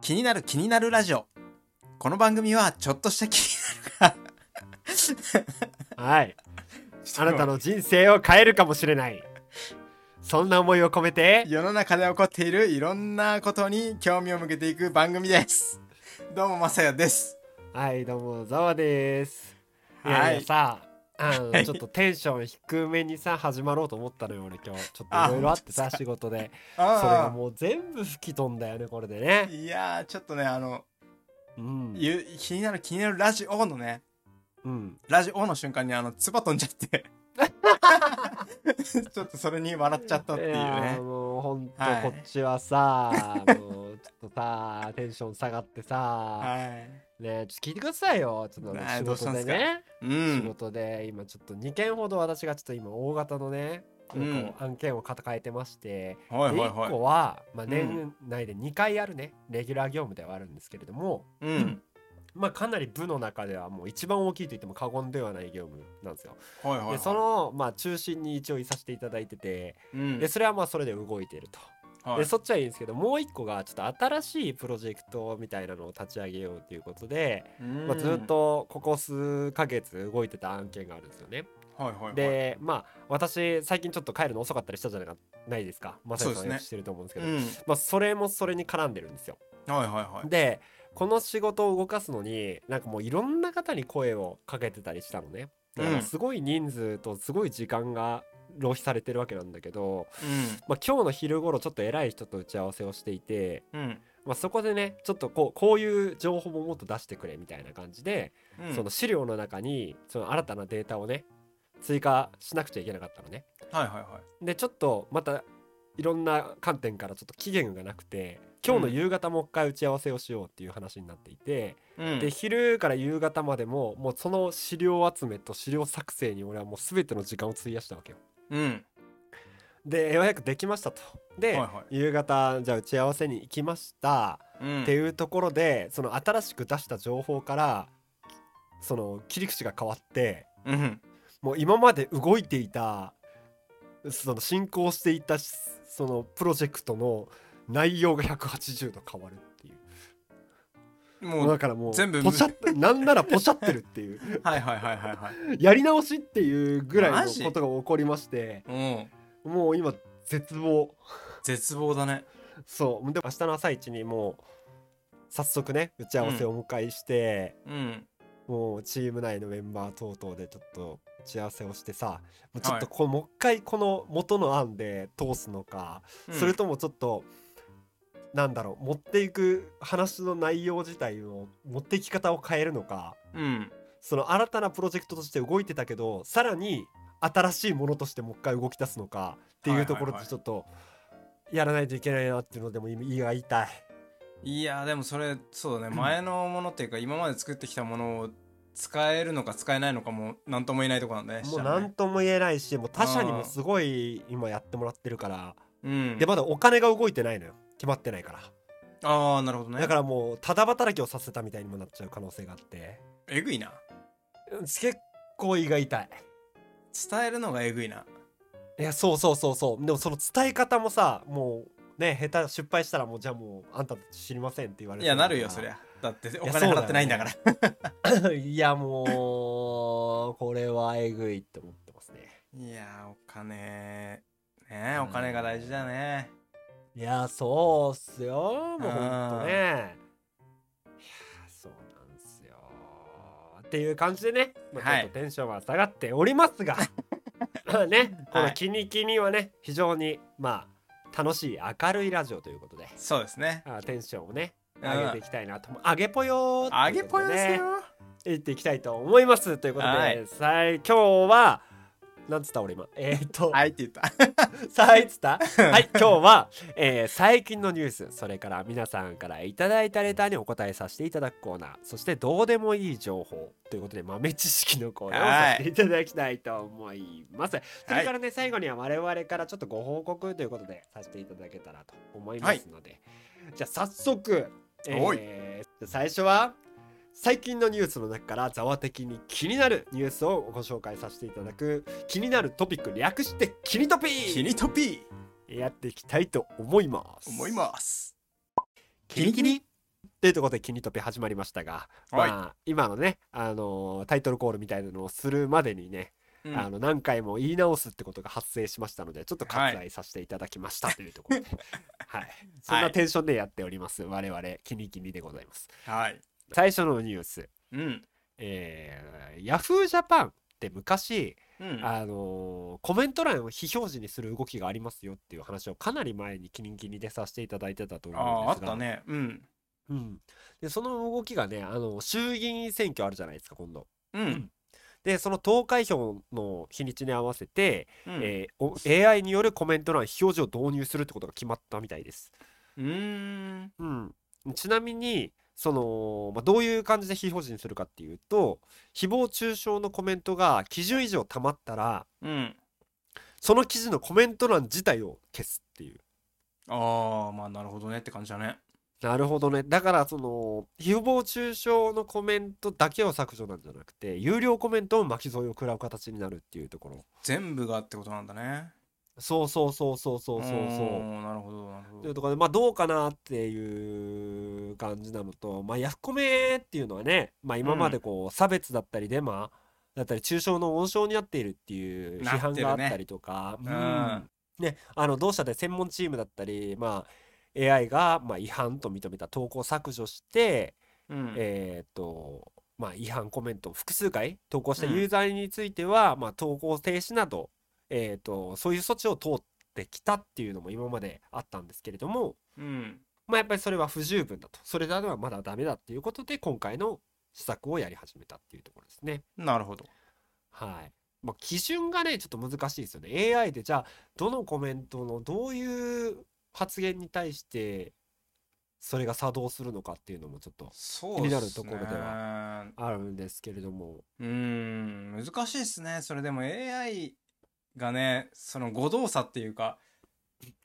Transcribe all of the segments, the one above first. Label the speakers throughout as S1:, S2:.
S1: 気になる気になるラジオ。この番組はちょっとした気になるが
S2: はい。あなたの人生を変えるかもしれない。そんな思いを込めて、
S1: 世の中で起こっているいろんなことに興味を向けていく番組です。どうもまさやです。
S2: はい、どうも、ざわです。い
S1: は
S2: や
S1: い
S2: いやさ、あの
S1: はい
S2: ちょっとテンション低めにさ、始まろうと思ったのよ、俺今日。ちょっと
S1: あ
S2: いろいろあってさ、仕事で。それが
S1: あ
S2: もう全部吹き飛んだよね、これでね
S1: あ。。いやー、ちょっとね、あの、
S2: うん。
S1: ゆ気になる気になるラジオのね、
S2: うん、
S1: ラジオの瞬間にあの、唾飛んじゃって。 ちょっとそれに笑っちゃったっていう
S2: いやー
S1: ね。
S2: もうほんと、
S1: はい
S2: こっちはさ、もうちょっとさ、テンション下がってさ、
S1: はい。
S2: ねちょっと聞いてくださいよ。ちょっとあの
S1: はい
S2: 仕
S1: どうし
S2: 事
S1: たん
S2: です
S1: か
S2: ね。
S1: う
S2: 仕
S1: ん。
S2: 事で今ちょっと2件ほど私がちょっと今大型のねこう
S1: うん
S2: 案件を抱えてまして、で
S1: はいはい
S2: 1個
S1: は
S2: は、まあ、
S1: うん
S2: 年内で2回あるね、レギュラー業務ではあるんですけれども、
S1: い。うん。
S2: まあ、かなり部の中ではもう一番大きいと言っても過言ではない業務なんですよ。
S1: はいはいはい。
S2: でその、まあ、中心に一応いさせていただいてて
S1: うん、
S2: でそれはまあそれで動いてると。
S1: はい
S2: でそっちはいいんですけどもう1個がちょっと新しいプロジェクトみたいなのを立ち上げようということで、
S1: うん
S2: まあ、ずっとここ数ヶ月動いてた案件があるんですよね。
S1: はいはいはい、
S2: でまあ私最近ちょっと帰るの遅かったりしたじゃなないですかまさ
S1: そう
S2: さ
S1: です
S2: ん
S1: ね
S2: よくしてると思うんですけ
S1: う
S2: ど
S1: ん、
S2: まあ、それもそれに絡んでるんですよ。
S1: はいはいはい。
S2: でこの仕事を動かすのになんかもういろんな方に声をかけてたりしたのね。だか
S1: うん
S2: らすごい人数とすごい時間が浪費されてるわけなんだけど、
S1: う
S2: まあ、今日の昼頃ちょっと偉い人と打ち合わせをしていて、
S1: んうん
S2: まあ、そこでねちょっとこうこういう情報ももっと出してくれみたいな感じで、
S1: うん
S2: その資料の中にその新たなデータをね追加しなくちゃいけなかったのね。
S1: はいはいはい
S2: でちょっとまたいろんな観点からちょっと期限がなくて今日の夕方もう一回打ち合わせをしようっていう話になっていて、
S1: うん
S2: で昼から夕方までももうその資料集めと資料作成に俺はもう全ての時間を費やしたわけよ。
S1: うん
S2: でようやくできましたと。で、
S1: はいはい
S2: 夕方じゃあ打ち合わせに行きました、
S1: うん
S2: っていうところでその新しく出した情報からその切り口が変わって。
S1: うん
S2: もう今まで動いていたその進行していたしそのプロジェクトの内容が180度変わるっていうもう
S1: もう
S2: だからもう
S1: 全部
S2: ポチャっなんならポチャってるっ ていう
S1: はいはいはいはいはい
S2: やり直しっていうぐら
S1: マ
S2: い
S1: ジ
S2: のことが起こりまして
S1: うん
S2: もう今絶望
S1: 絶望だね
S2: そうで明日の朝一にもう早速ね打ち合わせをお迎えして、
S1: うん
S2: もうチーム内のメンバー等々でちょっと打ち合わせをしてさもうちょっとこう、もう一回この元の案で通すのか、
S1: うん
S2: それともちょっとなんだろう持っていく話の内容自体を持っていき方を変えるのか
S1: うん
S2: その新たなプロジェクトとして動いてたけどさらに新しいものとしてもう一回動き出すのかっていうところ
S1: はいはいは
S2: で
S1: い
S2: ちょっとやらないといけないなっていうのでも今胃が痛い。
S1: いやーでもそれそうだね前のものっていうか今まで作ってきたものを使えるのか使えないのかも何とも言えないとこなんだね
S2: もう
S1: したら
S2: 何
S1: ね
S2: とも言えないしもう他社に
S1: あー
S2: もすごい今やってもらってるから。
S1: うん
S2: でまだお金が動いてないのよ決まってないから、
S1: ああなるほどね
S2: だからもうただ働きをさせたみたいにもなっちゃう可能性があって
S1: えぐいな
S2: うん結構胃が痛い
S1: 伝えるのがえぐいない
S2: やそうそうそうそうでもその伝え方もさもうね下手失敗したらもうじゃあもうあんた知りませんって言われ
S1: い
S2: て
S1: やなるよそりゃだってお
S2: いや
S1: 金払ってないんだ から
S2: ゃ いやもうこれはえぐいって思ってますね
S1: いやーお金ねお金が大事だね
S2: いやそうっすよもうほんとねいやそうなんすよっていう感じでね、ま
S1: は
S2: あ、
S1: い
S2: ちょっとテンションは下がっておりま すが、まあねこの「キニキニ」はね非常にまあ楽しい明るいラジオということで
S1: そうですね
S2: あテンションをね
S1: うん
S2: 上げていきたいなと、上げぽよー
S1: 揚
S2: って
S1: げ
S2: いう
S1: ぽ
S2: こと
S1: よ
S2: で
S1: です
S2: ね
S1: よ
S2: いっていきたいと思いますということで、
S1: はい
S2: さい今日はなんつった俺今えーっと
S1: はいって言った。
S2: さあいつ だはい今日は、えー最近のニュースそれから皆さんからいただいたレターにお答えさせていただくコーナーそしてどうでもいい情報ということで豆知識のコーナーを
S1: はい
S2: させていただきたいと思います、それからね最後には我々からちょっとご報告ということでさせていただけたらと思いますので、じゃあ早速、
S1: おい
S2: えー最初は最近のニュースの中からざわ的に気になるニュースをご紹介させていただく気になるトピック略して「キニトピー」
S1: キニトピ
S2: やっていきたいと思います。
S1: ー思います。
S2: キニキニというところで「キニトピ」始まりましたが、
S1: はい
S2: まあ、今のね、あのータイトルコールみたいなのをするまでにね、
S1: うん
S2: あの何回も言い直すってことが発生しましたのでちょっと割愛させていただきましたというところで、はいそんなテンションでやっております我々キニキニでございます
S1: はい
S2: 最初のニュース、
S1: うん
S2: えー、Yahoo ジャパンって昔、
S1: うん
S2: あのーコメント欄を非表示にする動きがありますよっていう話をかなり前にキニキニでさせていただいてたと思
S1: あ
S2: うん
S1: ああっ
S2: ですが
S1: たねうん
S2: うん、でその動きがねあの衆議院選挙あるじゃないですか今度。
S1: うん
S2: でその投開票の日にちに合わせて、
S1: うん
S2: えーお AI によるコメント欄非表示を導入するってことが決まったみたいです。
S1: うーん
S2: うん、ちなみにその、まあ、どういう感じで非表示にするかっていうと誹謗中傷のコメントが基準以上たまったら
S1: うん
S2: その記事のコメント欄自体を消すっていう。
S1: ああまあなるほどねって感じだね
S2: なるほどね。だからその誹謗中傷のコメントだけを削除なんじゃなくて有料コメントを巻き添えを食らう形になるっていうところ。
S1: 全部がってことなんだね
S2: そうそうそうそうそうそう
S1: お
S2: そう。
S1: ーなるほどなるほ
S2: という
S1: ど
S2: ところでまあどうかなっていう感じなのとまあヤフコメっていうのはね、まあ、今までこう差別だったりデマだったり中傷の温床になっているっていう批
S1: なってる
S2: 判
S1: ね
S2: があったりとか、
S1: ん
S2: うんね、あの同社で専門チームだったり、まあ、AI がまあ違反と認めた投稿を削除して、
S1: うん
S2: えーっとまあ、違反コメントを複数回投稿した
S1: うん
S2: ユーザーについては、まあ、投稿停止など、えーっとそういう措置を通ってきたっていうのも今まであったんですけれども、
S1: うん
S2: まあ、やっぱりそれは不十分だとそれではまだダメだっていうことで今回の施策をやり始めたっていうところですね。
S1: なるほど
S2: はいまあ、基準がねちょっと難しいですよね AI でじゃあどのコメントのどういう発言に対してそれが作動するのかっていうのもちょっと
S1: そうっすね
S2: 気になるところであるんですけれども
S1: うーん難しいっすねそれでも AI がねその誤動作っていうか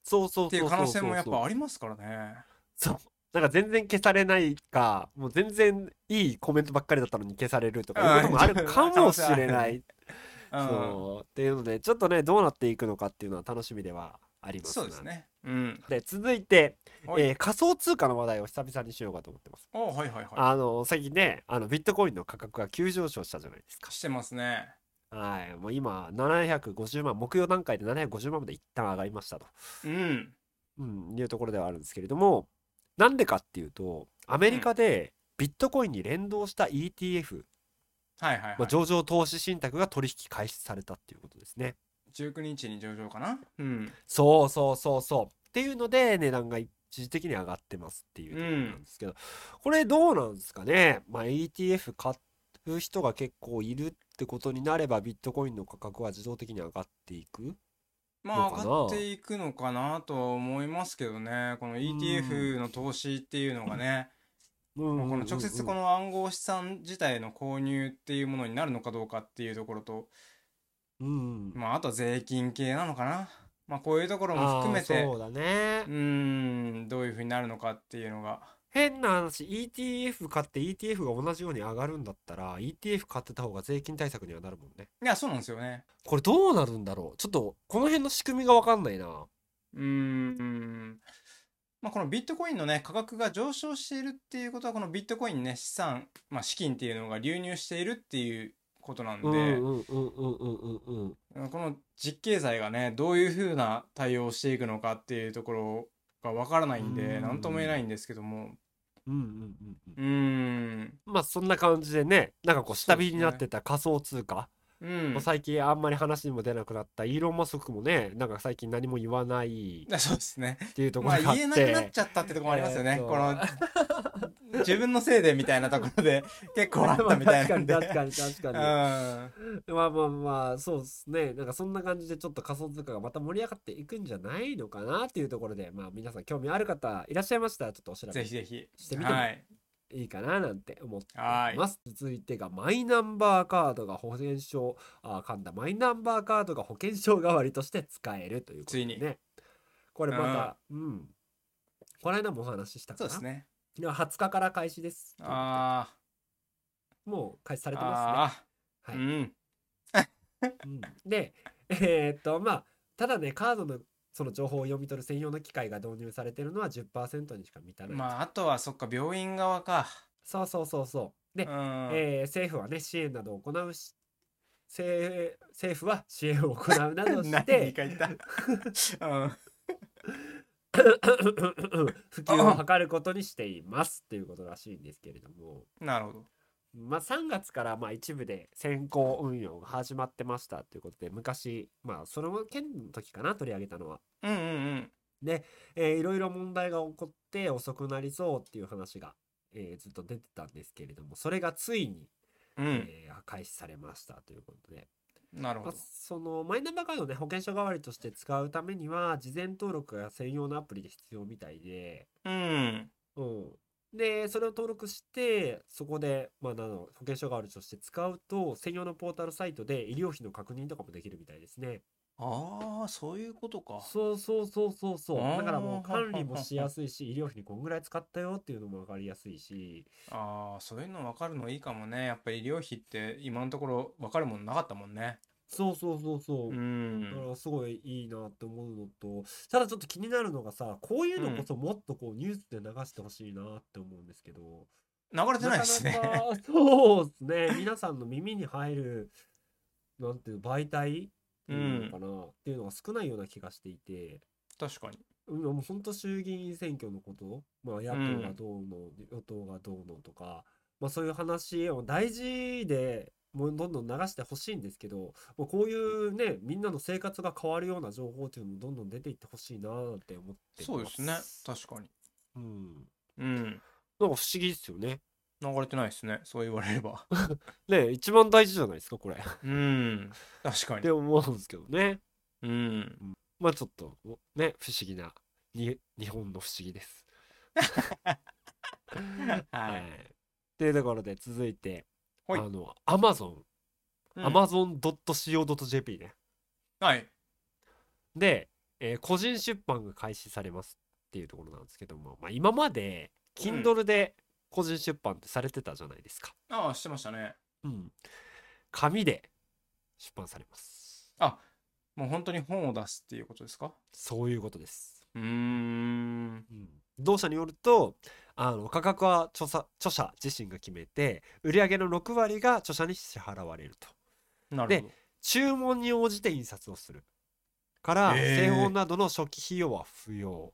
S2: そうそうそう
S1: っていう可能性もやっぱあ
S2: り
S1: りますからね
S2: そうなんか全然消されないかもう全然いいコメントばっかりだったのに消されるとかいうこともあ るかもしれな
S1: う
S2: い、
S1: うん
S2: そうっていうのでちょっとねどうなっていくのかっていうのは楽しみではあります
S1: そうですねうん
S2: で続いて、
S1: はい
S2: えー仮想通貨の話題を久々にしようかと思ってます
S1: あはいはいは
S2: あの最近ねあのビットコインの価格が急上昇したじゃないです
S1: いしてますね
S2: かはいもう今750万木曜段階で750万まで一旦上がりましたと、
S1: うん
S2: うん、いうところではあるんですけれどもなんでかっていうとアメリカでビットコインに連動した ETF、
S1: はいはい、はい
S2: まあ、上場投資信託が取引開始されたっていうことですね
S1: 19日に上場かなうん
S2: そうそうそうそうっていうので値段が一時的に上がってますっていうところなんですけど、これどうなんですかね、まあ、ETF 買う人が結構いるってことになればビットコインの価格は自動的に上がっていく
S1: まあ
S2: のかな
S1: 上がっていくのかなとは思いますけどねこの ETF の投資っていうのがね、もうこの直接この暗号資産自体の購入っていうものになるのかどうかっていうところと、
S2: の、うん、
S1: まあ、あとは税金系なのかな、まあ、こういうところも含め
S2: あ
S1: て
S2: ーそうだね、
S1: うーんどういうふうになるのかっていうのが
S2: 変な話 ETF 買って ETF が同じように上がるんだったら ETF 買ってた方が税金対策にはなるもんね
S1: いやそうなんですよね
S2: これどうなるんだろうちょっとこの辺の仕組みが分かんないな
S1: うーん、まあ、このビットコインのね価格が上昇しているっていうことはこのビットコインにね資産、まあ、資金っていうのが流入しているっていうことなんで、
S2: うんうんうんうんうんうんうん
S1: この実経済がねどういうふうな対応をしていくのかっていうところがわからないん
S2: う
S1: で
S2: ん
S1: 何とも言えないんですけども
S2: うん
S1: う
S2: うんうんうん
S1: ーん
S2: まあそんな感じでねなんかこう下火になっ
S1: そうで
S2: てた仮想通貨、
S1: うん
S2: もう最近あんまり話にも出なくなったイーロン・マスクもねなんか最近何も言わない
S1: あ そうですね
S2: っていうとこ
S1: ま
S2: ろ
S1: あ
S2: があっ
S1: 言えなくなってちゃったってとこもありますよね、
S2: えーと
S1: この自分のせいでみたいなところで結構あったみたいなんで
S2: まあ確かに確かに確か
S1: うん
S2: にまあまあまあそうですねなんかそんな感じでちょっと仮想通貨がまた盛り上がっていくんじゃないのかなっていうところでまあ皆さん興味ある方いらっしゃいましたらちょっとお調
S1: ぜ
S2: べ
S1: ひぜひ
S2: してみても
S1: はい
S2: いいかななんて思っています。続いてがマイナンバーカードが保険証あ噛んだマイナンバーカードが保険証代わりとして使えるということ
S1: つ
S2: で
S1: い
S2: ね。これまた、うん。この間もお話ししたか
S1: そう
S2: な。
S1: ですね
S2: いや20日から開始です。
S1: あ
S2: もう開始さ
S1: ー
S2: れてま
S1: あ
S2: す
S1: ー、
S2: ね。
S1: うん
S2: はい。うんで、えーっとまあただねカードのその情報を読み取る専用の機械が導入されてるのは10%にしか満たない、
S1: まああとはそっか病院側か
S2: そうそうそうそうで
S1: う、ん、
S2: えー政府はね支援などを行うし政政府は支援を行うなど し
S1: 何
S2: て
S1: 二回言った うん
S2: 普及を図ることにしていますということらしいんですけれども、
S1: なるほど
S2: まあ、3月からまあ一部で先行運用が始まってましたということで昔まあその件の時かな取り上げたのは、
S1: うんうんうん
S2: えーいろいろ問題が起こって遅くなりそうっていう話が、えーずっと出てたんですけれどもそれがついに、
S1: うん、
S2: えー開始されましたということで
S1: なるほ
S2: まあ
S1: ど、
S2: そのマイナンバーカードをね保険証代わりとして使うためには事前登録が専用のアプリで必要みたいで
S1: うん
S2: うん、でそれを登録してそこで、まあ、なの保険証代わりとして使うと専用のポータルサイトで医療費の確認とかもできるみたいですね
S1: ああそういうことか
S2: そうそうそうそうそう
S1: あー
S2: だからもう管理もしやすいし医療費にこんぐらい使ったよっていうのも分かりやすいし
S1: ああそういうの分かるのいいかもねやっぱ医療費って今のところ分かるものなかったもんね
S2: そうそうそうそうう、だか
S1: ん
S2: らすごいいいなって思うのとただちょっと気になるのがさこういうのこそもっとこうニュースで流してほしいなって思うんですけど、
S1: 流れてないですね
S2: な かなかそうですね。皆さんの耳に入る、なんていう媒体っていうのかな、っていうのが少ないような気がしていて、
S1: 確かに
S2: うん、もう本当衆議院選挙のこと、まあ野党
S1: う
S2: が
S1: ん
S2: どうの、与党がどうのとか、まあそういう話を大事で、もうどんどん流してほしいんですけど、もうこういうね、みんなの生活が変わるような情報っていうのもどんどん出ていってほしいなって思ってます。
S1: そうですね確かに
S2: うん。
S1: うん
S2: なんか不思議ですよね。
S1: 流れてないですねそう言われれば
S2: ね一番大事じゃないですか、これ。
S1: うん確か
S2: っ
S1: に
S2: て思うんですけどね。
S1: うん
S2: まあちょっとおね、不思議なに日本の不思議です。
S1: はい
S2: というところで続いて、
S1: ほい
S2: あの、アマゾ
S1: う
S2: ン、
S1: ん
S2: アマゾン .co.jp ね。
S1: はい
S2: で、えー個人出版が開始されますっていうところなんですけども、まあ、今まで
S1: うん
S2: Kindle で個人出版ってされてたじゃないですか。
S1: ああしてましたね
S2: うん。紙で出版されます。
S1: あもう本当に本を出すっていうことですか
S2: そういうことです。
S1: うーん
S2: 同社によるとあの価格は著者著者自身が決めて売上の6割が著者に支払われると
S1: なるほど
S2: 注文に応じて印刷をするから、
S1: へー
S2: 製本などの初期費用は不要っ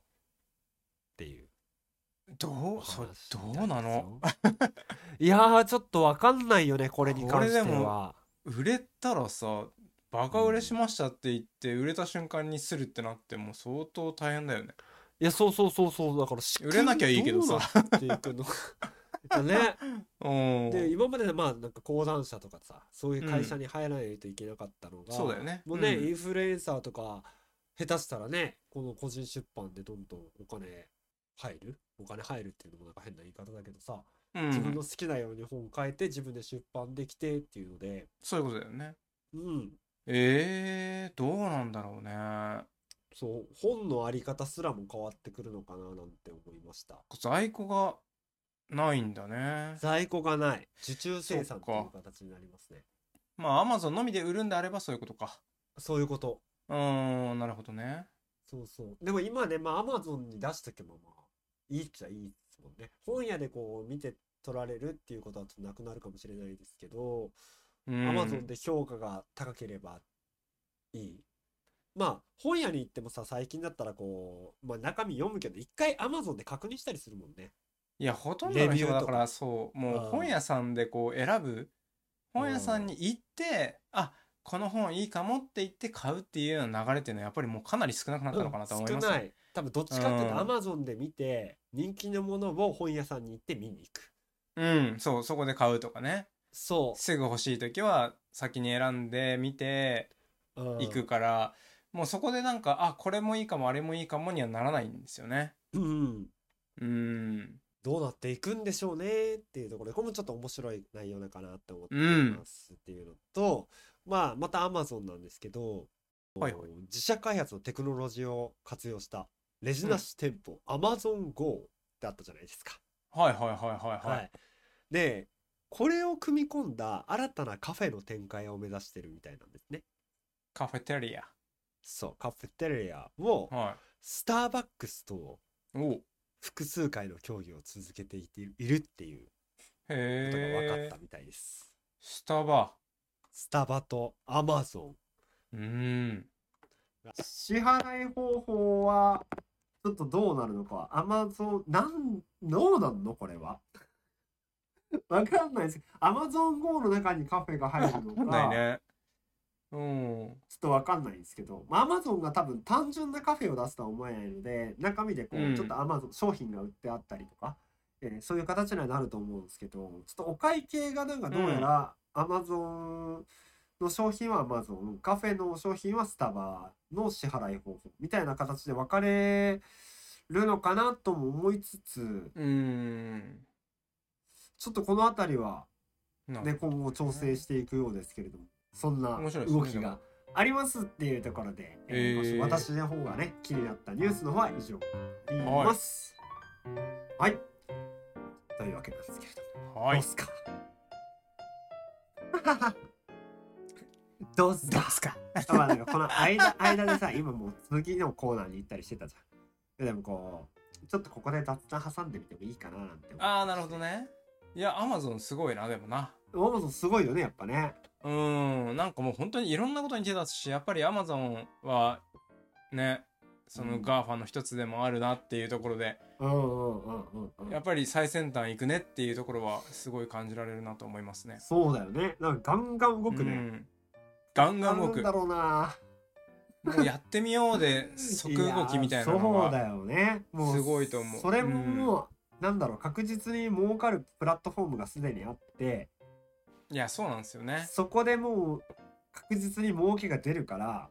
S2: ていう
S1: ど
S2: お
S1: うそれ
S2: 話
S1: どうなの
S2: ん ですよいやーちょっとわかんないよねこれに関して
S1: これで
S2: は
S1: 売れたらさバカ売れしましたって言って売れた瞬間にするってなってもう相当大変だよね
S2: いやそうそうそうそうだから
S1: 売れなきゃいいけどさ
S2: 仕組みどうなっていくの だね
S1: うん
S2: で今までまあなんか講談社とかさそういう会社に入らないといけなかったのが、
S1: そうだよね
S2: もうね、
S1: うん
S2: インフルエンサーとか下手したらねこの個人出版でどんどんお金入るお金入るっていうのもなんか変な言い方だけどさ、
S1: うん
S2: 自分の好きなように本変えて自分で出版できてっていうので
S1: そういうことだよね
S2: うん
S1: えー、どうなんだろうね
S2: そう本のあり方すらも変わってくるのかななんて思いました
S1: 在庫がないんだね
S2: 在庫がない受注生産とい
S1: そっ
S2: う
S1: か
S2: 形になりますね
S1: まあアマゾンのみで売るんであればそういうことか
S2: そういうこと
S1: うーんなるほどね
S2: そうそう。でも今ね、まあ、アマゾンに出しとけば、まあ、いいっちゃいいですもんね。本屋でこう、見て取られるっていうことはちょっとなくなるかもしれないですけど、
S1: うん
S2: アマゾンで評価が高ければいい。まあ、本屋に行ってもさ、最近だったらこう、まあ、中身読むけど、一回アマゾンで確認したりするもんね。
S1: いやほとんどの
S2: レビ
S1: 人
S2: ューと
S1: が
S2: か
S1: だからそうもう
S2: うん
S1: 本屋さんでこう選ぶ本屋さんに行ってあこの本いいかもって言って買うっていうような流れっていうのはやっぱりもうかなり少なくなったのかなとは思い
S2: 少
S1: ます、
S2: ない。多分どっちかっていう
S1: うん
S2: と、アマゾンで見て、人気のものを本屋さんに行って見に行く。
S1: うんそうそこで買うとかね
S2: そ
S1: すぐ欲しい時は先に選んでみて
S2: う。うん
S1: いく。から、もうそこでなんかあこれもいいかもあれもいいかもにはならないんですよね
S2: うん。
S1: うん
S2: どうなっていくんでしょうねっていうところでこれもちょっと面白い内容だかなって思って
S1: うん
S2: ますっていうのと、まあまた Amazon なんですけど、
S1: はいはい
S2: 自社開発のテクノロジーを活用したレジなし店舗、AmazonGo ってあったじゃないですか。
S1: はいはいはいはいはい、
S2: はい、でこれを組み込んだ新たなカフェの展開を目指してるみたいなんですね。
S1: カフェテリア
S2: そう、カフェテレアを
S1: は
S2: スターバックスと
S1: い。おう
S2: 複数回の協議を続けていているっていうことが分
S1: へ
S2: かっ
S1: え
S2: た。みたいです。
S1: スタバ。
S2: スタバとアマゾ
S1: うーん。
S2: ン。支払い方法は、ちょっとどうなるのか。アマゾン、なん、どうなんのこれは。 わかんないです。アマゾン GO の中にカフェが入るのか。
S1: わかんないね。うん。
S2: ちょっとわかんないんですけど、まあ、Amazon が多分単純なカフェを出すとは思えないので、中身でこ
S1: う
S2: う、
S1: ん
S2: ちょっと Amazon、商品が売ってあったりとか、えーそういう形にはなると思うんですけど、ちょっとお会計がなんかどうやら Amazon の商品は Amazon、カフェの商品はスタバの支払い方法みたいな形で分かれるのかなとも思いつつ、
S1: うーん。
S2: ちょっとこのあたりは
S1: なん
S2: ね、今後調整していくようですけれども、そんな
S1: 面白いですね
S2: 動きがありますっていうところで、えー
S1: えー
S2: 私の方がね、気になったニュースの方は以上になります。はい。というわけなんですけれども、
S1: は
S2: ど
S1: い
S2: うっ。すか どうっすか
S1: すか
S2: まあなんかこの間、間でさ、今もう次のコーナーに行ったりしてたじゃん。でもこう、ちょっとここで雑談挟んでみてもいいかななんて思って。
S1: ああ、なるほどね。いや、アマゾンすごいな、でもな。
S2: 大本さんすごいよね、やっぱね。
S1: うーん。なんかもう本当にいろんなことに手出すし、やっぱりアマゾンは、ね、そ
S2: うん
S1: のガーファの一つでもあるなっていうところで、
S2: うんうんうんうんうん。
S1: やっぱり最先端行くねっていうところはすごい感じられるなと思いますね。
S2: そうだよね。なんかガンガン動く
S1: う
S2: ね。
S1: んガンガン動
S2: な
S1: く
S2: んだ。ろうな。
S1: もうやってみようで即動きみたいなの
S2: やーそう
S1: が
S2: だよね。もう
S1: すごいと思う
S2: それも
S1: うん
S2: もう、なんだろう、確実に儲かるプラットフォームがすでにあって、
S1: いやそうなんですよね
S2: そこでもう確実に儲けが出るから、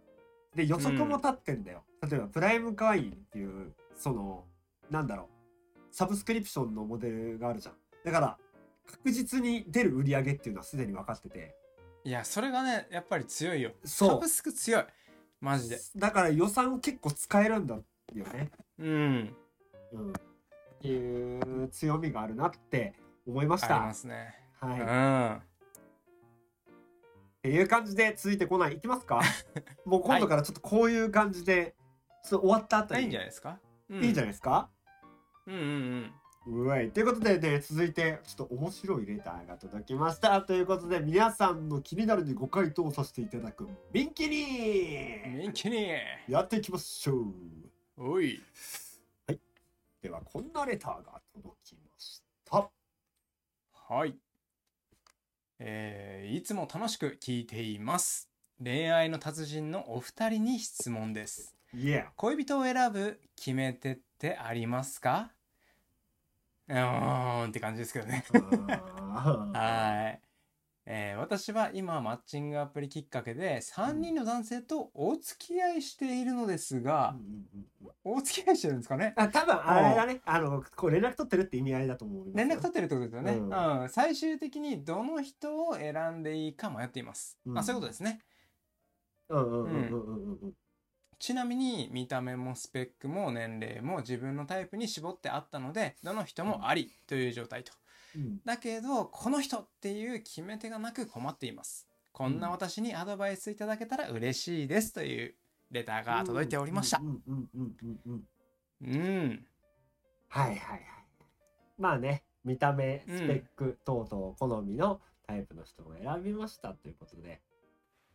S2: で予測も立ってんだよ。例えばプライム会員っていう、その、なんだろう、サブスクリプションのモデルがあるじゃん。だから、確実に出る売り上げっていうのはすでに分かってて。
S1: いやそれがねやっぱり強いよ
S2: そう
S1: サブスク強いマジで
S2: だから予算を結構使えるんだよね。
S1: うん
S2: うんっていう強みがあるなって思いまし
S1: あり
S2: た
S1: ま。すね
S2: は
S1: う
S2: い、
S1: ん
S2: っ
S1: は
S2: ていう感じで続いてこないいきま すかもう今度からちょっとこういう感じでちょっと終わった後
S1: い
S2: に
S1: いんじゃないですか
S2: いいんじゃ
S1: ない
S2: ないですか、
S1: うんうんうん
S2: うわいということでね続いてちょっと面白いレターが届きましたということで皆さんの気になるにご回答させていただく「ミンキリ
S1: 一気に
S2: やっていきましょう
S1: おい
S2: ではこんなレターが届きました。
S1: はいえーいつも楽しく聞いています恋愛の達人のお二人に質問です
S2: イエ
S1: 恋人を選ぶ決め手ってありますかうーんって感じですけどね。 はい。えー私は今マッチングアプリきっかけで3人の男性とお付き合いしているのですが、お付き合いしてるんですかね
S2: あ、多分あれだね。あの、こう連絡取ってるって意味合いだと思う。
S1: 連絡取ってるってことですよね、
S2: う
S1: うんん最終的にどの人を選んでいいか迷っています、
S2: うん
S1: あそういうことですね
S2: うんうんうんうんうんうん。
S1: ちなみに見た目もスペックも年齢も自分のタイプに絞ってあったのでどの人もありという状態と
S2: うん
S1: だけどこの人っていう決め手がなく困っていますこんな私にアドバイスいただけたら嬉しいですというレターが届いておりました
S2: うんうんうんうんうんうん。
S1: うん、
S2: はいはいはい。まあね、見た目、スペ
S1: うん
S2: ック等々好みのタイプの人を選びましたということで。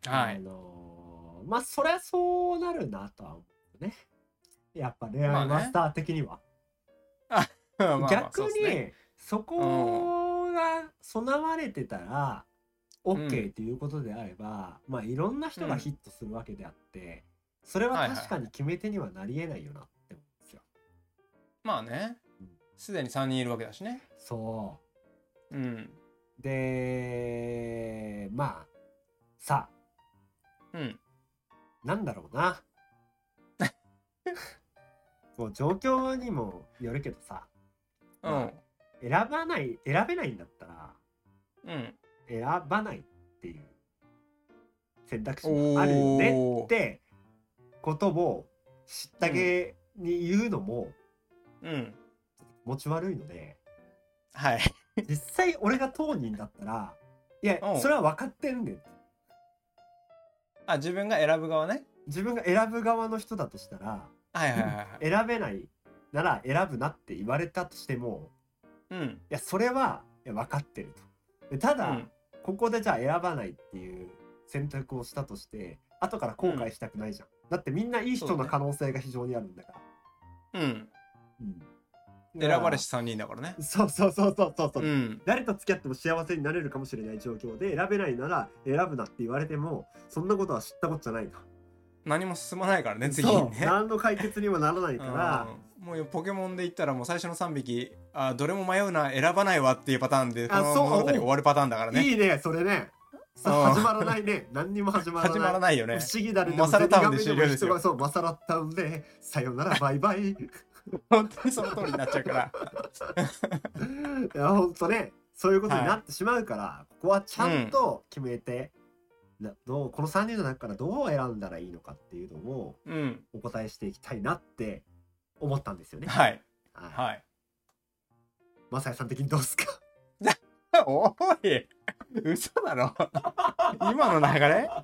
S1: は
S2: あ
S1: い
S2: のーまあそりゃそうなるなとは思うね。やっぱ恋
S1: まあ
S2: 愛
S1: ね
S2: マスター的には。
S1: まあまあ
S2: 逆
S1: そうですね
S2: にそこが備われてたら
S1: ん
S2: OK っていうことであれば、まあいろんな人がヒットするわけであって、それは確かに決め手にはなりえないよなって思うんですよ。
S1: まあねすでに3人いるわけだしね
S2: そ
S1: うん
S2: う。でまあさ
S1: うん
S2: あなんだろ うな。もう状況にもよるけどさ
S1: う
S2: まあ
S1: ん
S2: 選ばない選べないんだったら
S1: うん
S2: 選ばないっていう選択肢
S1: お
S2: もあるよね
S1: ー
S2: ってことを知ったげに言うのも
S1: うん
S2: 持ち悪いので、
S1: はい
S2: 実際俺が当人だったら「いや
S1: うん
S2: それは分かってんねん
S1: あ自分が選ぶ側ね」
S2: 自分が選ぶ側の人だとしたら
S1: はいはいはいはい
S2: 選べないなら選ぶなって言われたとしても
S1: うん
S2: いやそれはいや分かってるとでた
S1: う
S2: だ、
S1: ん
S2: ここでじゃあ選ばないっていう選択をしたとして後から後悔したくないじゃん、だってみんないい人
S1: そうだ
S2: の
S1: ね
S2: 可能性が非常にあるんだから
S1: うん
S2: うん
S1: 選ばれ
S2: だ
S1: し3人だからね
S2: からそうそうそうそうそうそう、
S1: うん
S2: 誰と付き合っても幸せになれるかもしれない状況で選べないなら選ぶなって言われてもそんなことは知ったことじゃないと
S1: 何も進まないからね次
S2: そ
S1: に
S2: う
S1: ね
S2: 何の解決にもならないから
S1: うんもうポケモンで言ったらもう最初の3匹あどれも迷うな選ばないわっていうパターンでこ
S2: あ
S1: の
S2: そう
S1: 物語終わるパターンだからね
S2: いいねそれねさ
S1: うん
S2: 始まらないね何にも始まらな
S1: 始
S2: い
S1: まらないよね
S2: 不思議だね
S1: マサラタウンで終了ですよ
S2: 人がそうマサラタウンでさよならバイバイい
S1: 本当にその通りになっちゃうから
S2: やほんとねそういうことになってしまうから、ここはちゃんと決めて、などうこの3人の中からどう選んだらいいのかっていうのを
S1: うん
S2: お答えしていきたいなって思ったんですよね。
S1: はい
S2: はい、
S1: はい
S2: マサヤさん的にどうですか
S1: おい嘘だろ今の流れ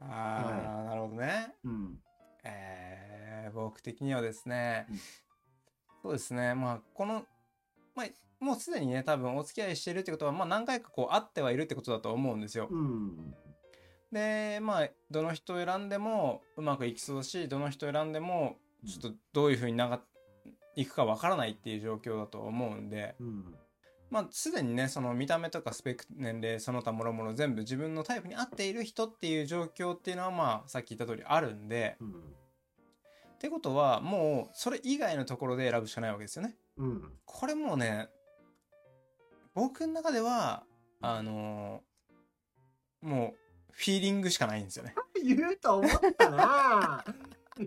S1: ああ、なるほどね
S2: うん
S1: えー僕的にはですね、
S2: うん
S1: そうですねまあこの、まあ、もうすでにね多分お付き合いしているってことは、まあ、何回かこう会ってはいるってことだと思うんですよ。
S2: うん
S1: でまあどの人を選んでもうまくいきそうだしどの人を選んでもちょっとどういうふうにながいくかわからないっていう状況だと思うんで、
S2: うん
S1: まあ、すでにねその見た目とかスペック年齢その他もろもろ全部自分のタイプに合っている人っていう状況っていうのはまあさっき言った通りあるんで。
S2: うん
S1: ってことはもうそれ以外のところで選ぶしかないわけですよね。
S2: うん
S1: これもうね僕の中ではあのーもうフィーリングしかないんですよね。
S2: 言うと思ったな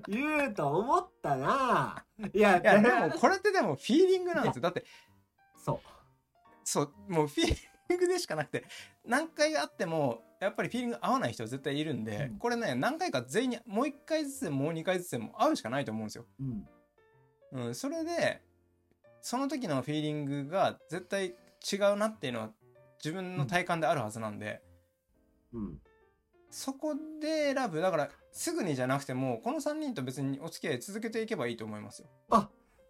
S2: 言うと思ったないや
S1: い やで
S2: で
S1: も
S2: も
S1: これってでもフィーリングなんですよ。だって
S2: そ
S1: そうもうフィーリングでしかなくて何回あってもやっぱりフィーリング合わない人は絶対いるんで、
S2: うん
S1: これね何回か全員にもう1回ずつでももう2回ずつでも合うしかないと思うんですよ。
S2: う、うん、
S1: うん、それでその時のフィーリングが絶対違うなっていうのは自分の体感であるはずなんで、
S2: うん、
S1: そこで選ぶだからすぐにじゃなくてもこの3人と別にお付き合い続けていけばいいと思いますよ。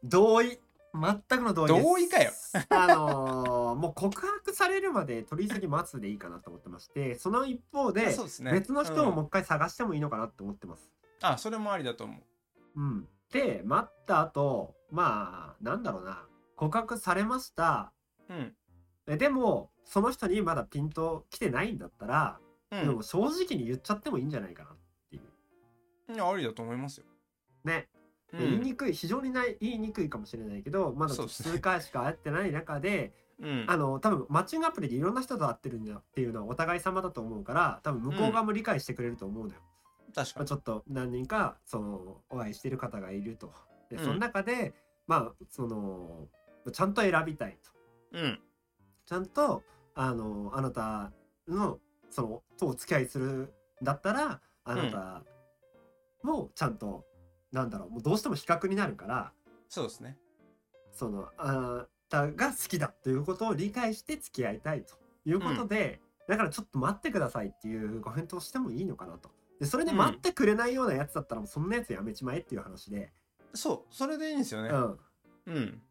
S2: 同意全くの同意です
S1: 同意かよ
S2: あのーもう告白されるまで取り急ぎ待つでいいかなと思ってましてその一方で
S1: そうですね
S2: 別の人も
S1: う
S2: も
S1: ん
S2: う一回探してもいいのかなって思ってます、
S1: あそれもありだと思う。
S2: うん、で待った後まあなんだろうな告白されました
S1: うん
S2: えでもその人にまだピンと来てないんだったら、
S1: う、
S2: でも正直に言っちゃってもいいんじゃないかなっていうん
S1: いやありだと思いますよ。
S2: ね、
S1: う
S2: で言い
S1: ん
S2: にくい非常にない言いにくいかもしれないけどまだ
S1: そうですね
S2: 数回しか会ってない中で
S1: うん
S2: あの多分マッチングアプリでいろんな人と会ってるんだっていうのはお互い様だと思うから多分向こう側も理解してくれると思うのよ、
S1: 確
S2: ま
S1: か
S2: あ、ちょっと何人かそのお会いしてる方がいるとで
S1: うん
S2: その中で、まあそのちゃんと選びたいと
S1: に。うん
S2: ちゃんとあのあなたのそのとお付き合いするんだったらあなたもちゃんと、なんだろうもうどうしても比較になるから
S1: そうですね。
S2: そのあなたが好きだということを理解して付き合いたいということで、だからちょっと待ってくださいっていうご返答してもいいのかなと。でそれで
S1: うん
S2: 待ってくれないようなやつだったらもうそんなやつやめちまえっていう話で、
S1: そうそれでいいんですよ
S2: う
S1: ね。
S2: ん、っ
S1: うん。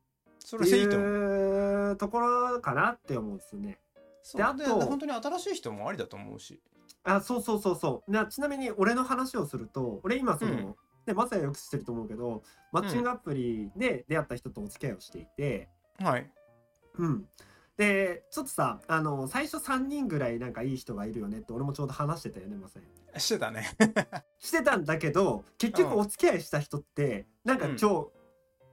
S1: そ
S2: て
S1: れでいいと思う。
S2: いうところかなって思うんですよね。
S1: そう
S2: であと
S1: で本当に新しい人もありだと思うし。
S2: あそうそうそうそうなちなみに俺の話をすると俺今その、
S1: うん
S2: ねまさやよく知ってると思うけどマッチングアプリで出会った人とお付き合いをしていて、
S1: はい。
S2: うんでちょっとさあの最初3人ぐらいなんかいい人がいるよねって俺もちょうど話してたよねまさや
S1: してたね。
S2: してたんだけど結
S1: う
S2: 局
S1: ん
S2: お付き合いした人ってなんか
S1: うん
S2: 超、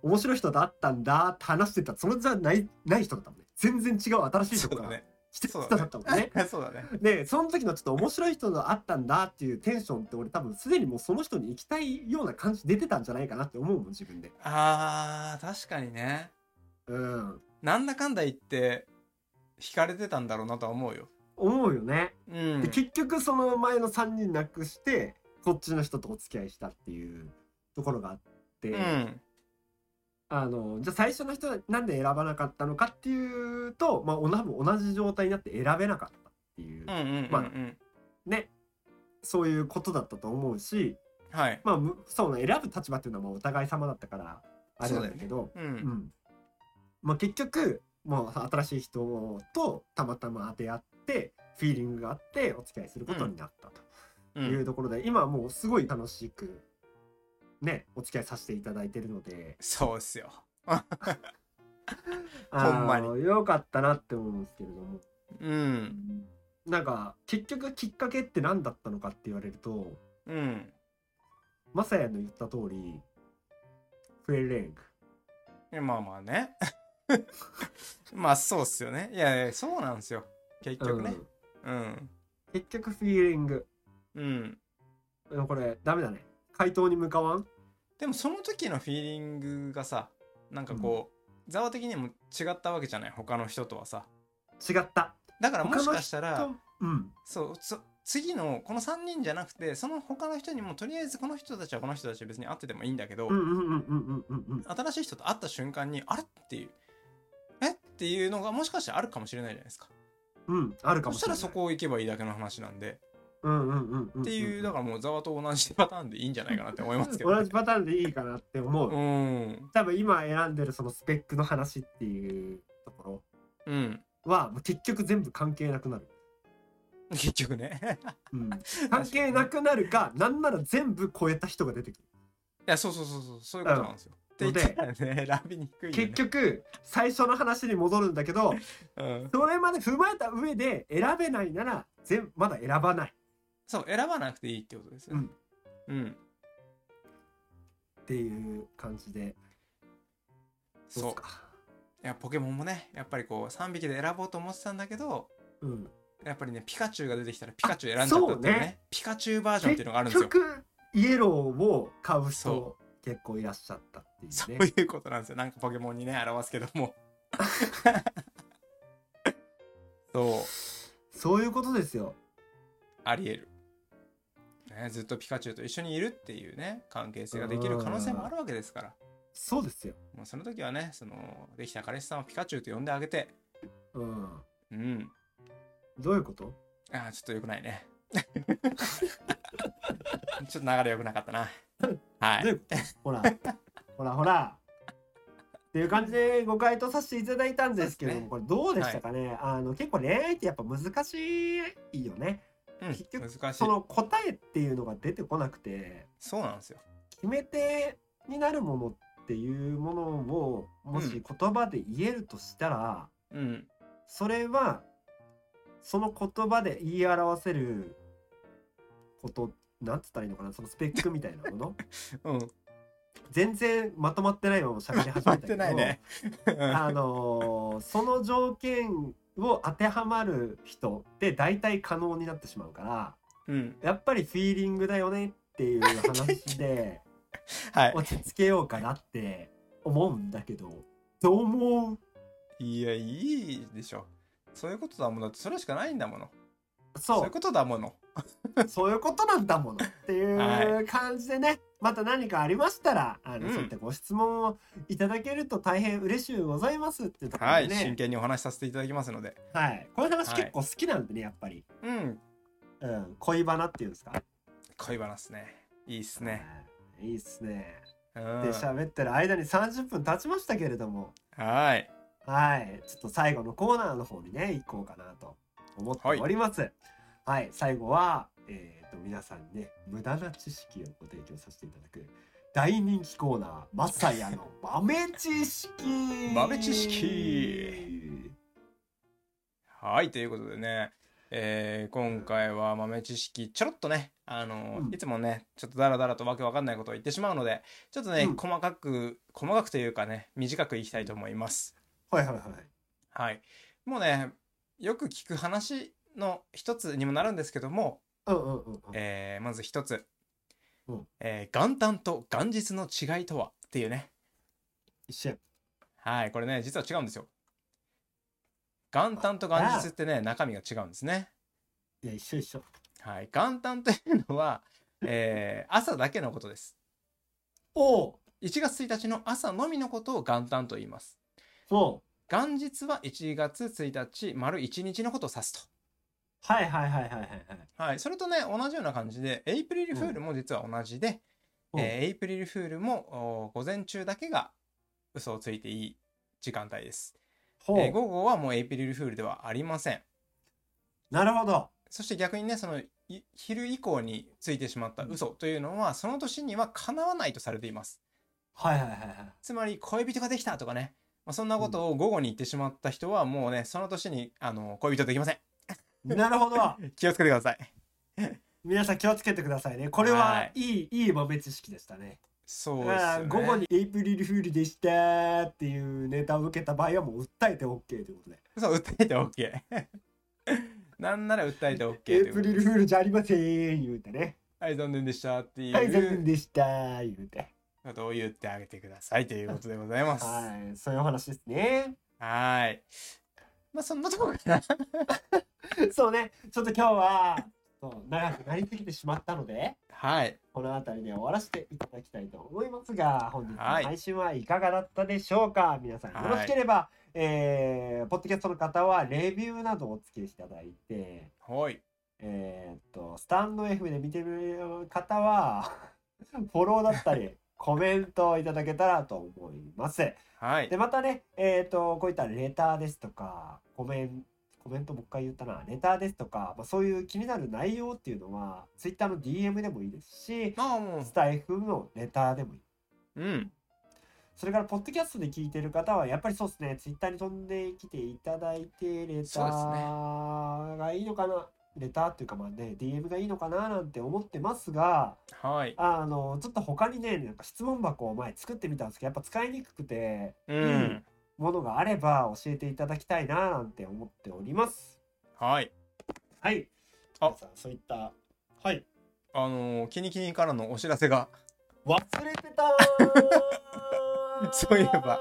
S2: 面白い人だったんだって話してたそれじゃないない人だったもんね全然違う新し い
S1: そ
S2: 人
S1: う
S2: か
S1: だ
S2: ら
S1: ね。
S2: 来て
S1: そう
S2: 人だったもんね。
S1: そうだね。
S2: でその時のちょっと面白い人のあったんだっていうテンションって俺多分すでにもうその人に行きたいような感じ出てたんじゃないかなって思うもん自分で
S1: あー確かにね
S2: うん
S1: なんだかんだ言って惹かれてたんだろうなとは思うよ
S2: 思うよね、
S1: うん
S2: で結局その前の3人なくしてこっちの人とお付き合いしたっていうところがあって、
S1: うん
S2: あのじゃあ最初の人はなんで選ばなかったのかっていうとまあ同じ同じ状態になって選べなかったってっていう、
S1: うんうんうん
S2: ま
S1: うん
S2: ねそういうことだったと思うし、
S1: はい
S2: まあ、むそうね選ぶ立場っていうのはまあお互い様だったからあれなんだけど
S1: う
S2: うんんまあ、結局もう新しい人とたまたま当て合ってフィーリングがあってお付き合いすることになった
S1: う
S2: というんところで、今はもうすごい楽しくねお付き合いさせていただいてるので
S1: そうっすよ
S2: あー
S1: ほんまに
S2: よかったなって思うんですけれども
S1: うん
S2: なんか結局きっかけって何だったのかって言われると
S1: うん
S2: まさやの言った通りフェレンク
S1: いやまあまあ ねまあそうっすよねいやいやそうなんですよ結局ね
S2: うん
S1: うん
S2: 結局フィーリング
S1: うん
S2: うんこれダメだね回答に向かわん
S1: でもその時のフィーリングがさなんかこうざわ的にも違ったわけじゃない他の人とはさ
S2: 違った
S1: だからもしかしたら
S2: とうん
S1: そうそ次のこの3人じゃなくてその他の人にもとりあえずこの人たちはこの人たちは別に会っててもいいんだけど、
S2: うんうんうんうんうんうんうん
S1: 新しい人と会った瞬間にあれっていうえっていうのがもしかしたらあるかもしれないじゃないですか
S2: うん、あるか
S1: そし
S2: もしたれな
S1: ら
S2: い。
S1: そこを行けばいいだけの話なんで
S2: うんうんうんうんうん。
S1: っていうだからもうざわと同じパターンでいいんじゃないかなって思いますけど、
S2: 同じパターンでいいかなって思う。
S1: うん
S2: 多分今選んでるそのスペックの話っていうとこ
S1: うん
S2: ろは、もう結局全部関係なくなる。
S1: 結局ね
S2: うん、関係なくなるか、なんなら全部超えた人が出てくる。
S1: いやそうそうそうそうそういうことなんですよ、
S2: うん
S1: って言ったらね選びにくいよね
S2: 結局、最初の話に戻るんだけど、
S1: うん、
S2: それまで踏まえた上で選べないなら、全まだ選ばない
S1: そう選ばなくていいってことですよねうん
S2: っていう感じで、どうっ
S1: そう
S2: すか。
S1: いやポケモンもねやっぱりこう3匹で選ぼうと思ってたんだけど
S2: うん、
S1: やっぱりねピカチュウが出てきたらピカチュウ選んじゃったっていうね
S2: そうね
S1: ピカチュウバージョンっていう
S2: 結
S1: のがあるんですよ
S2: 局、イエローを買う人
S1: そ、
S2: 結構いらっしゃったっていうね。
S1: そういうことなんですよなんかポケモンにね表すけど もそう
S2: そういうことですよ。
S1: ありえる、ね、ずっとピカチュウと一緒にいるっていうね関係性ができる可能性もあるわけですから
S2: そうですよ。
S1: もうその時はねそのできた彼氏さんをピカチュウと呼んであげて
S2: うん。
S1: うん
S2: どういうこと
S1: ああ、ちょっと良くないね。 ちょっと流れ良くなかったな。は
S2: どう
S1: い。
S2: いうことほら。ほらほら。っていう感じでご回答させていただいたんですけれども、これどうでしたかね、あの結構恋愛ってやっぱ難しいよね。結
S1: うん、
S2: 局
S1: 難しい
S2: そ。の答えっていうのが出てこなくて、
S1: そうなんですよ。
S2: 決め手になるものっていうものをもし言葉で言えるとしたら、
S1: うん。
S2: それはその言葉で言い表せることなんつったらいいのかなそのスペックみたいなも の
S1: うん。
S2: 全然まとまってないまま喋り始
S1: 合
S2: めた
S1: っ
S2: けど
S1: てないね。うん
S2: あのーその条件を当てはまる人って大体可能になってしまうから
S1: うん。
S2: やっぱりフィーリングだよねっていう話で
S1: は
S2: 落ち着けようかなって思うんだけどどう思う
S1: い。いや、いいでしょ。そういうことだもの。だってそれしかないんだもの。そう
S2: そ
S1: いう
S2: う
S1: ことだもの。
S2: そういうことなんだものって
S1: は
S2: いう感じでね、また何かありましたら、あの、
S1: うん
S2: そういったご質問をいただけると大変嬉しゅうございますっていうところ
S1: は
S2: で
S1: い。真
S2: ね。
S1: 剣にお話しさせていただきますので。
S2: はい。この話
S1: はい
S2: 結構好きなんでね、やっぱり。
S1: うん。
S2: うん。恋バナっていうんですか。
S1: 恋バナっすね。いいっすね。
S2: はい。いいっすね。
S1: うん
S2: で、。喋ってる間に30分経ちましたけれども、
S1: はい。
S2: はい。ちょっと最後のコーナーの方にね、行こうかなと思っております。はい。最後は、えっ、と、皆さんにね、無駄な知識をご提供させていただく、大人気コーナー、まさ やの豆知識
S1: 豆知識はい、ということでね、えー今回は豆知識、ちょろっとね、あのー
S2: うん
S1: いつもね、ちょっとダラダラとわけわかんないことを言ってしまうので、ちょっとね、
S2: うん
S1: 細かく、細かくというかね、短くいきたいと思います。
S2: はいはいはい。
S1: はい。もうね、よく聞く話の一つにもなるんですけども、
S2: うんうんうんうん。
S1: えーまず一つ、
S2: うん
S1: えー元旦と元日の違いとはっていうね、
S2: 一瞬。
S1: はい、これね、実は違うんですよ。元旦と元日ってね、中身が違うんですね。
S2: いや、一緒一緒。
S1: はい、元旦というのは、えー朝だけのことです。
S2: おう
S1: 1月1日の朝のみのことを元旦と言います。
S2: そ
S1: 元日は1月1日丸1日のことを指す
S2: はいはいはいはいはいはい。
S1: はい、それとね同じような感じでエイプリルフールも実は同じで、
S2: うん
S1: えーエイプリルフールもお午前中だけが嘘をついていい時間帯です、
S2: ほう、
S1: えー午後はもうエイプリルフールではありません
S2: なるほど。
S1: そして逆にねそのい昼以降についてしまった嘘というのはその年にはかなわないとされています
S2: はいはいはいはい。
S1: つまり恋人ができたとかね、まあ、そんなことを午後に言ってしまった人はもうねその年にあの恋人できません
S2: なる ほど。
S1: 気をつけてください
S2: 皆さん気をつけてくださいね。これ
S1: は
S2: はいいい、いい豆知識でしたね。
S1: そうです
S2: あ
S1: よね
S2: ー午後にエイプリルフールでしたーっていうネタを受けた場合はもう訴えて OK ということで。
S1: そう、訴えて OK。なんなら訴えて OK と
S2: エ
S1: いう
S2: イ
S1: こ
S2: プ
S1: とで
S2: リルフールじゃありません言うてね。
S1: はい、残念でしたってい
S2: はい、残念
S1: う
S2: でしたー言うて。
S1: ことを言ってあげてくださいということでございます。は
S2: はい、そういうお話ですね。
S1: ーい。まあ、そんなとこかな。
S2: そうね、ちょっと今日はそう長くなりすぎてしまったので、
S1: はい。
S2: この辺りで終わらせていただきたいと思いますが、本日の
S1: はい
S2: 配信はいかがだったでしょうか、皆さん
S1: はい
S2: よろしければ、えーポッドキャストの方はレビューなどをお付けいただいて、
S1: ほい。
S2: えーっと、スタンド FM で見てる方は、 フォローだっ たり、コメントをいただけたらと思います。
S1: はい
S2: で、。またね、えっ、と、こういったレターですとか、コメント、コメントもう一回言ったな、レターですとか、まあ、そういう気になる内容っていうのは、Twitter の DM でもいいですし、
S1: まあ、も
S2: スタイフのレターでもいい。
S1: う、うん。
S2: それから、ポッドキャストで聞いてる方は、やっぱりそうですね、Twitter に飛んできていただいて、
S1: そう
S2: レタ
S1: です
S2: ーがいいのかな、レターっていうか、まあね、DM がいいのかななんて思ってますが、
S1: はい。
S2: あの、ちょっと他にね、なんか質問箱を前作ってみたんですけど、やっぱ使いにくくて、
S1: う
S2: うんん。ものがあれば教えていただきたいななんて思っております。
S1: はい。
S2: はい。
S1: あ
S2: 皆さんそういった。はい。
S1: あのー、キニキニからのお知らせが。
S2: 忘れてたー
S1: そういえば。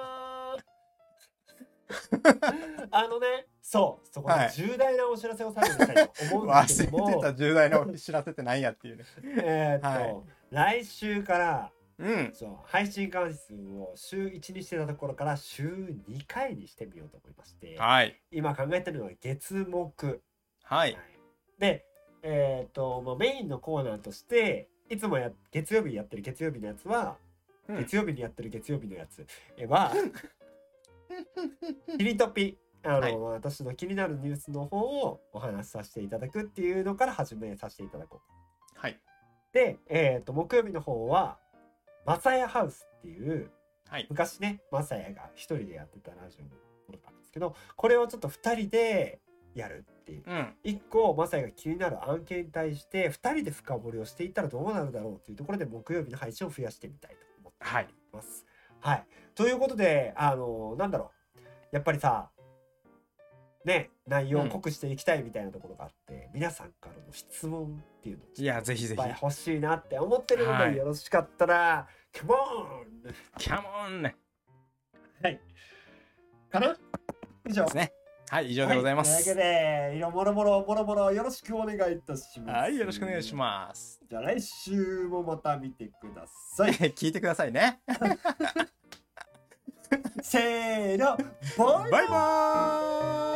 S2: あのね、そう、そこ
S1: は
S2: で
S1: い
S2: 重大なお知らせをさせていきたいと思うん
S1: 忘
S2: ですけど
S1: れて
S2: も、
S1: た重大なお知らせってなんやっていうね。
S2: えーっと、
S1: はい
S2: 来週から、
S1: うん。
S2: そう、配信回数を週1にしてたところから週2回にしてみようと思いまして、
S1: はい。
S2: 今考えてるのは月木。
S1: はい。
S2: で、えっとまあ、メインのコーナーとしていつもや月曜日やってる月曜日のやつは、
S1: うん
S2: 月曜日にやってる月曜日のやつ は切りトピあの、
S1: はい
S2: 私の気になるニュースの方をお話しさせていただくっていうのから始めさせていただこう
S1: はい。
S2: で、えっと木曜日の方は「マサヤハウス」っていう
S1: はい。
S2: 昔ねマサヤが一人でやってたラジオのものなんですけどこれをちょっと二人でやるっていう
S1: うん。
S2: 一個マサイが気になる案件に対して二人で深掘りをしていったらどうなるだろうというところで木曜日の配信を増やしてみたいと思っております。はい、ということであのなんだろうやっぱりさね内容を濃くしていきたいみたいなところがあって、皆さんからの質問っていうのを
S1: いや、ぜひ
S2: い
S1: ぜ
S2: っ
S1: ひ
S2: ぱい。欲しいなって思ってるので、
S1: はい
S2: よろしかったら「カモン!
S1: キャモンね。」
S2: かな以上
S1: ですね。はい、以上でございま
S2: はという
S1: す。
S2: わけでいろもろもろもろもろよろしくお願いいたします。
S1: はい、よろしくお願いし
S2: す
S1: ます。
S2: じゃあ来週もまた見てください。
S1: 聞いてくださいね。
S2: せーの、バイバイ
S1: バイバーイ